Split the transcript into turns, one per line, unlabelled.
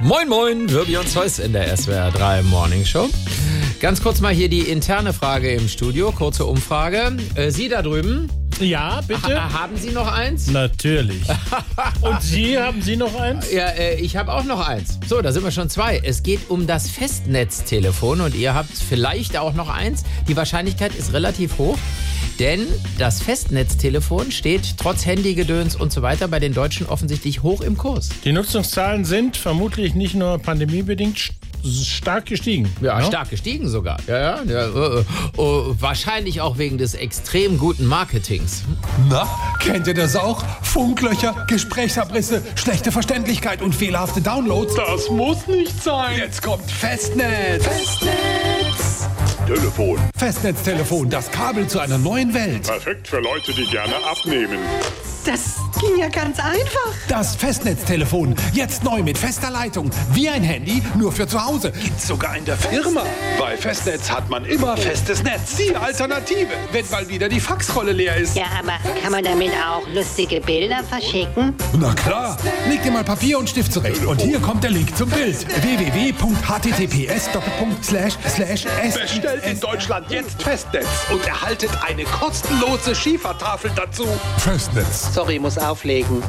Moin Moin, Wirbi und Zeus in der SWR 3 Morning Show. Ganz kurz mal hier die interne Frage im Studio, kurze Umfrage. Äh, Sie da drüben,
Ja, bitte.
ha haben Sie noch eins?
Natürlich. Und Sie, haben Sie noch eins?
Ja, äh, ich habe auch noch eins. So, da sind wir schon zwei. Es geht um das Festnetztelefon und ihr habt vielleicht auch noch eins. Die Wahrscheinlichkeit ist relativ hoch, denn das Festnetztelefon steht trotz Handygedöns und so weiter bei den Deutschen offensichtlich hoch im Kurs.
Die Nutzungszahlen sind vermutlich nicht nur pandemiebedingt st- stark gestiegen.
Ja,
ne?
stark gestiegen sogar. Ja, ja, ja. äh, äh. Oh, wahrscheinlich auch wegen des extrem guten Marketings.
Na, kennt ihr das auch? Funklöcher, Gesprächsabrisse, schlechte Verständlichkeit und fehlerhafte Downloads.
Das muss nicht sein.
Jetzt kommt Festnetz. Festnetz.
Telefon.
Festnetztelefon, das Kabel zu einer neuen Welt.
Perfekt für Leute, die gerne abnehmen.
Das ging ja ganz einfach.
Das Festnetztelefon, jetzt neu mit fester Leitung. Wie ein Handy, nur für zu Hause. Gibt's sogar in der Firma. Bei Festnetz hat man immer festes Netz. Die Alternative, wenn mal wieder die Faxrolle leer ist.
Ja, aber kann man damit auch lustige Bilder verschicken?
Na klar, Äh, oh. leg dir mal Papier und Stift zurecht. Und hier kommt der Link zum Bild. www.https://s.
Bestellt in Deutschland jetzt Festnetz und erhaltet eine kostenlose Schiefertafel dazu.
Festnetz.
Sorry, muss auflegen.